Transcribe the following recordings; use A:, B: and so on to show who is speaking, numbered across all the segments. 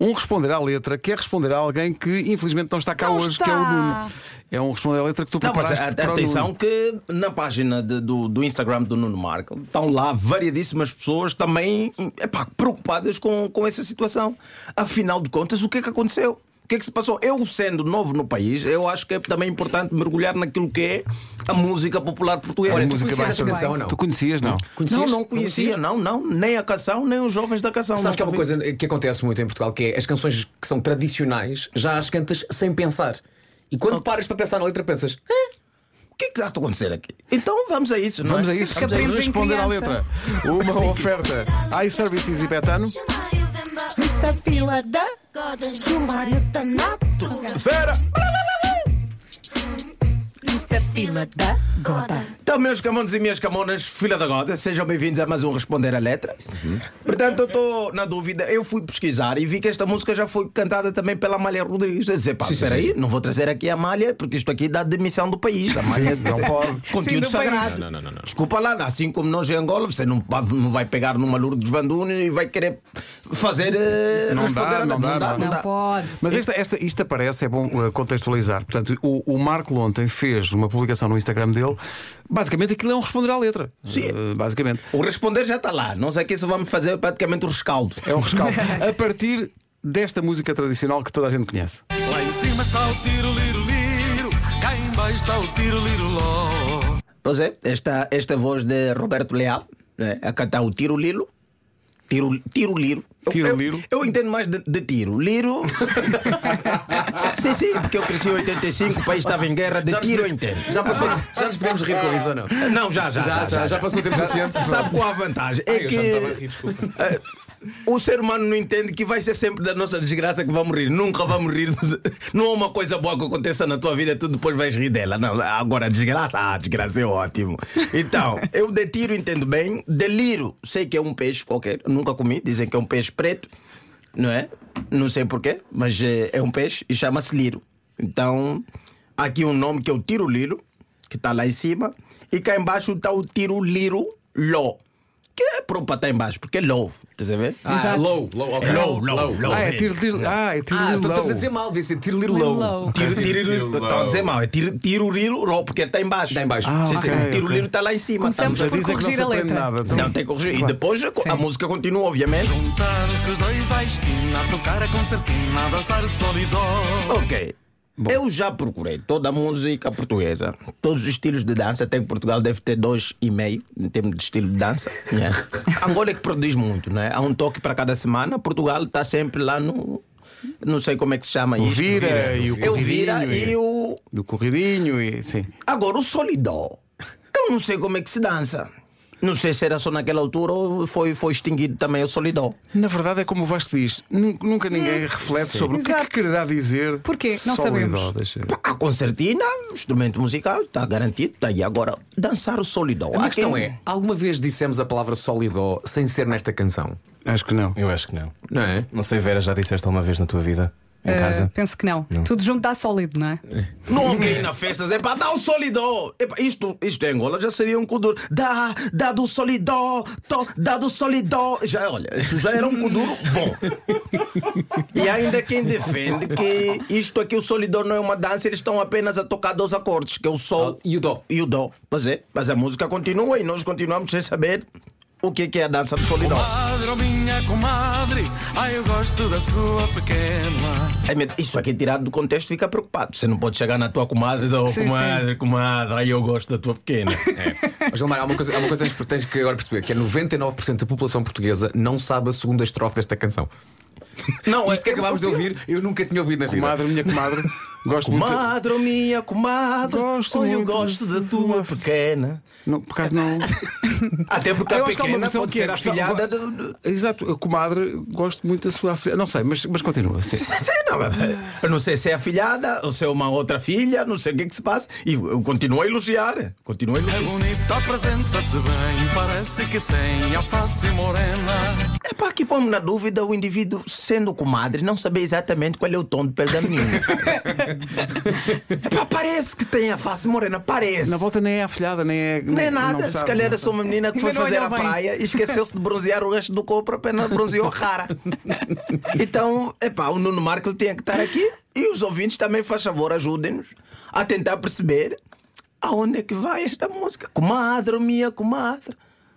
A: Um responder à letra quer responder a alguém que infelizmente não está cá
B: Não
A: hoje,
B: está.
A: que é o Nuno. É um responder à letra que tu
C: Não, mas
A: preparaste
C: a-
A: para o
C: atenção
A: Nuno.
C: que na página de- do, do Instagram do Nuno Marco estão lá variedíssimas pessoas também epá, preocupadas com, com essa situação. Afinal de contas, o que é que aconteceu? O que é que se passou? Eu, sendo novo no país, eu acho que é também importante mergulhar naquilo que é a música popular portuguesa.
D: Olha, tu
A: música
D: conhecias essa
A: baixa.
D: canção ou não?
A: Tu conhecias, não?
C: Não,
D: Conhecias?
C: não conhecia, não, não. Nem a canção, nem os jovens da canção. Não
D: Sabes que há uma
C: ouvi.
D: coisa que acontece muito em Portugal que é as canções que são tradicionais já as cantas sem pensar. E quando paras para pensar na letra, pensas. "Ah,
C: O que é que está a acontecer aqui? Então vamos a isso, não
A: Vamos
C: é?
A: a isso,
B: que
A: vamos a isso.
B: aprendes em
A: responder à letra.
B: criança.
A: Uma oferta iServices e Betano.
E: Mr. Fila da Godas do Mário da Natura.
C: Fera!
B: Mr. Fila da Goda.
C: Então, meus camões e minhas camonas, filha da goda, sejam bem-vindos a mais um Responder a Letra. Portanto, eu estou na dúvida. Eu fui pesquisar e vi que esta música já foi cantada também pela Amália Rodrigues. Eu dizer, pá,
D: Sim, sim,
C: espera aí,
D: sim.
C: não vou trazer aqui a Amália, porque isto aqui dá demissão do país. A Amália não pode. Conteúdo
B: do país.
C: sagrado.
F: Não, não, não, não.
C: Desculpa lá, assim como nós em Angola, você não, pa- não vai pegar numa Lourdes Vandune e vai querer fazer. eh,
A: Não
C: responder
A: dá,
C: a-
A: não dá, não
B: Não pode.
A: Mas esta, esta, isto aparece, é bom eh, contextualizar. Portanto, o, o Marco ontem fez uma publicação no Instagram dele. Basicamente, aquilo é um responder à letra.
C: Sim.
A: Eh, basicamente.
C: O responder já está lá. Nós aqui só vamos fazer praticamente o rescaldo.
A: É um rescaldo. a partir desta música tradicional que toda a gente conhece.
G: Lá em cima está o tiro, liro, liro. Cá em baixo está o tiro, liro, ló.
C: Pois é, esta, esta voz de Roberto Leal, né, a cantar o Tiro Lilo. Tiro, tiro Liro. Eu-
A: Tiro
C: eu,
A: Liro.
C: Eu, entendo mais de, de tiro. Liro. sim, sim, porque eu cresci em 85, o país estava em guerra, de
D: já nos
C: tiro eu
D: podemos-
C: entendo.
D: Já, passou, já nos podemos rir com isso ou não?
C: Não, já, já.
D: Já, já, já passou o tempo suficiente.
C: Sabe qual a vantagem? É
F: eu já me estava a rir,
C: que eh, o ser humano não entende que vai ser sempre da nossa desgraça que vamos rir. Nunca vamos rir. Não há uma coisa boa que aconteça na tua vida, tu depois vais rir dela. Não, agora desgraça, ah, desgraça é ótimo. Então, eu de tiro entendo bem. Deliro, sei que é um peixe qualquer, nunca comi, dizem que é um peixe preto, não é? Não sei porquê, mas eh, é um peixe e chama-se liro. Então, aqui um nome que é o tiro liro que está lá em cima, e cá embaixo está o tiro liro ló. Que é para estar embaixo, porque é low, estás a ver?
D: Ah, low, low, ok.
C: É low, low, low.
A: ah, é tiro de. Ah, é tiro
D: Ah,
A: de.
D: então estamos a
A: low.
D: dizer mal, devia ser tiro little
B: Little
D: low.
B: low.
C: Tiro, tiro,
F: Tiro
C: estão a dizer
F: low.
C: mal, é tiro, tiro liro ló, porque está embaixo.
D: Está em baixo.
A: Ah,
C: Sim,
A: ok,
C: sim, o tiro
A: ok.
C: liro está lá em cima.
B: Começamos
C: tá-
A: Já dizem que não
B: corrigir
A: se
B: a
A: aprende
B: letra.
A: nada. então.
C: Não tem que corrigir. E depois a música continua, obviamente.
G: Juntaram-se os dois à esquina, a tocar a concertina, a dançar sol e dó.
C: Ok. Eu já procurei toda a música portuguesa, todos os estilos de dança, até que Portugal deve ter dois e meio em termos de estilo de dança. né? Angola é que produz muito, né? Há um toque para cada semana. Portugal está sempre lá no. Não sei como é que se chama
A: O
C: isso.
A: vira e o
C: Eu vira
A: corridinho.
C: e o.
A: Do corridinho e. Sim.
C: Agora, o solidó. Eu não sei como é que se dança. Não sei se era só naquela altura ou foi, foi extinguido também o solidó.
A: Na verdade, é como o Vasco diz: nun- nunca ninguém reflete sobre o que, é que
B: Exato.
A: quererá dizer.
B: Porquê? Não
A: só o
B: sabemos.
A: Lidó, deixa-
C: A concertina, instrumento musical, está garantido, está aí. Agora, dançar o solidó.
D: A
C: Há
D: minha questão
C: quem-
D: é: alguma vez dissemos a palavra solidó sem ser nesta canção?
A: Acho que não.
F: Eu acho que não.
D: Não é?
F: Não sei, Vera, já disseste alguma vez na tua vida? Em
B: Eh,
F: casa?
B: penso que não. Tudo junto dá sólido, não é?
C: Não há alguém na festa, é para dar o solidó. Epá, isto, isto em Angola já seria um kuduro. Dá, dá do solidó, to, dá do solidó. Já, olha, isso já era um kuduro bom. E ainda quem defende que isto aqui, o solidó, não é uma dança, eles estão apenas a tocar dois acordes, que é o sol
D: Ah, E o dó.
C: e o dó. Pois é, mas a música continua e nós continuamos sem saber o que que é a dança do solidó.
G: Comadre, oh minha comadre, ai eu gosto da sua pequena.
C: Ai, meu Deus, É Isso aqui tirado do contexto fica preocupado. Você não pode chegar na tua comadre e dizer, oh,
B: Sim,
C: comadre, comadre, aí eu gosto da tua pequena.
D: Mas, Gilmar, há uma coisa, há uma coisa que tens que agora perceber: que é 99% da população portuguesa não sabe a segunda estrofe desta canção.
C: Não,
D: Isto que
C: é-
D: acabámos de ouvir, eu nunca tinha ouvido na vida.
A: Comadre, minha comadre. Gosto muito.
C: Comadre, minha comadre,
A: Gosto
C: olha, eu
A: muito
C: gosto
A: da
C: da tua pequena.
A: Não, por acaso não.
C: Até porque
A: Ah,
C: a
A: eu acho que há uma
C: pequena
A: versão
C: pode
A: que
C: ser
A: é-
C: a filhada do. do-
A: Exato, a comadre, gosto muito da sua filha. Não sei, mas, mas continua. Sim.
C: Sei não,
A: Ah.
C: eu não sei se é a filhada ou se é uma outra filha, não sei o que é que se passa. E eu continuo a elogiar. Continuo a
G: É
C: elogiar.
G: bonita, apresenta-se bem, parece que tem a face morena.
C: É para que põe na dúvida o indivíduo, sendo comadre, não saber exatamente qual é o tom de pele da menina. Pá, parece que tem a face morena, parece.
A: Na volta nem é afilhada, nem é.
C: Nem nada, se calhar é só uma menina que foi
B: Ainda não
C: fazer à
B: olhou bem.
C: praia e esqueceu-se de bronzear o resto do corpo, apenas bronzeou a cara. Então, epá, o Nuno Marco tinha que estar aqui e os ouvintes também, faz favor, ajudem-nos a tentar perceber aonde é que vai esta música. Comadre minha, comadre,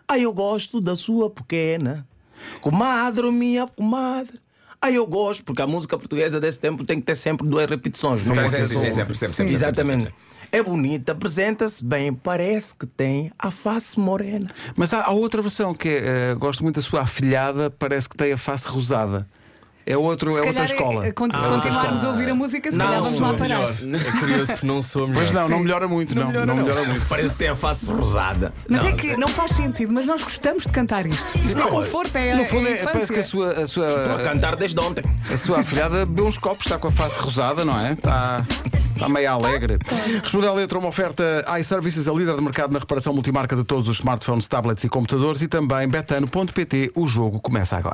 C: ai eu gosto da sua pequena. Comadre minha, comadre. ai eu gosto, porque a música portuguesa desse tempo tem que ter sempre duas repetições. Não
D: Sim,
C: pode
D: sim,
C: ser
D: sim,
C: só
D: sim,
C: uma.
D: sempre, sempre, sempre, sempre,
C: Exatamente.
D: sempre,
C: É bonita, apresenta-se bem, parece que tem a face morena.
A: Mas há, há outra versão que é. eh, gosto muito da sua afilhada, parece que tem a face rosada. É, outro, é outra
B: calhar,
A: escola.
B: é- é- quando- se continuarmos a ouvir a música, se
C: Não,
B: calhar vamos
C: sou
B: lá
C: eu
B: parar.
F: É curioso porque não sou a melhor.
A: Mas não, não melhora muito, não. Não melhora muito.
C: Parece que tem a face rosada.
B: Mas é que não faz sentido, mas nós gostamos de cantar isto. Isto é
C: Não,
B: conforto, é,
A: No fundo,
B: é
A: é-
B: infância.
A: parece que a sua, a
C: Estou a
A: sua,
C: cantar desde ontem.
A: a sua afilhada bebeu uns copos, está com a face rosada, não é? Está, está meio alegre. Responde à letra uma oferta iServices, a líder de mercado na reparação multimarca de todos os smartphones, tablets e computadores e também betano.pt. O jogo começa agora.